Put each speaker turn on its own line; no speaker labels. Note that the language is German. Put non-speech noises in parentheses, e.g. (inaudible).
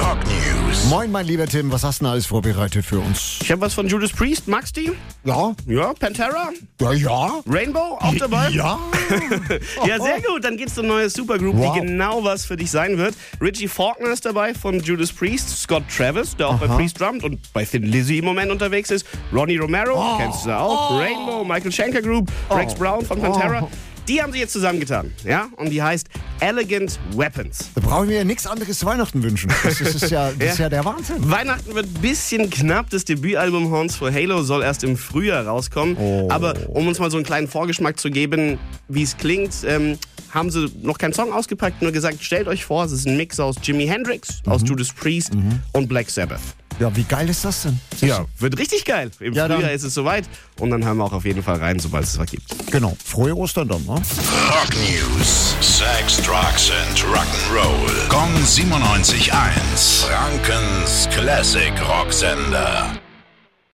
Rock News.
Moin, mein lieber Tim, was hast du denn alles vorbereitet für uns?
Ich habe was von Judas Priest, magst du die?
Ja,
Ja, Pantera,
ja, ja.
Rainbow,
(laughs)
auch dabei?
Ja.
Ja, sehr gut. Dann gibt's eine neue Supergroup,
Wow.
die genau was für dich sein wird. Richie Faulkner ist dabei von Judas Priest, Scott Travis, der auch bei Priest drummt und bei Thin Lizzy im Moment unterwegs ist, Ronnie Romero, kennst du da auch, Rainbow, Michael Schenker Group, Rex Brown von Pantera.
Oh. Oh.
Die haben sie jetzt zusammengetan, ja? Und die heißt Elegant Weapons.
Da brauchen wir ja nichts anderes zu Weihnachten wünschen. Das ist, ist, ja, das ist ja der Wahnsinn.
Weihnachten wird ein bisschen knapp. Das Debütalbum Horns for Halo soll erst im Frühjahr rauskommen.
Oh.
Aber um uns mal so einen kleinen Vorgeschmack zu geben, wie es klingt, ähm, haben sie noch keinen Song ausgepackt, nur gesagt, stellt euch vor, es ist ein Mix aus Jimi Hendrix,
Mhm.
aus Judas Priest und Black Sabbath.
Ja, wie geil ist das denn?
Ja, wird richtig geil. Im
Ja, dann-
Frühjahr ist es soweit und dann hören wir auch auf jeden Fall rein, sobald es was gibt.
Genau. Frohe Ostern dann, ne?
Rock News. Sex, Drugs and Rock'n'Roll. Kong 97.1. Frankens Classic Rocksender.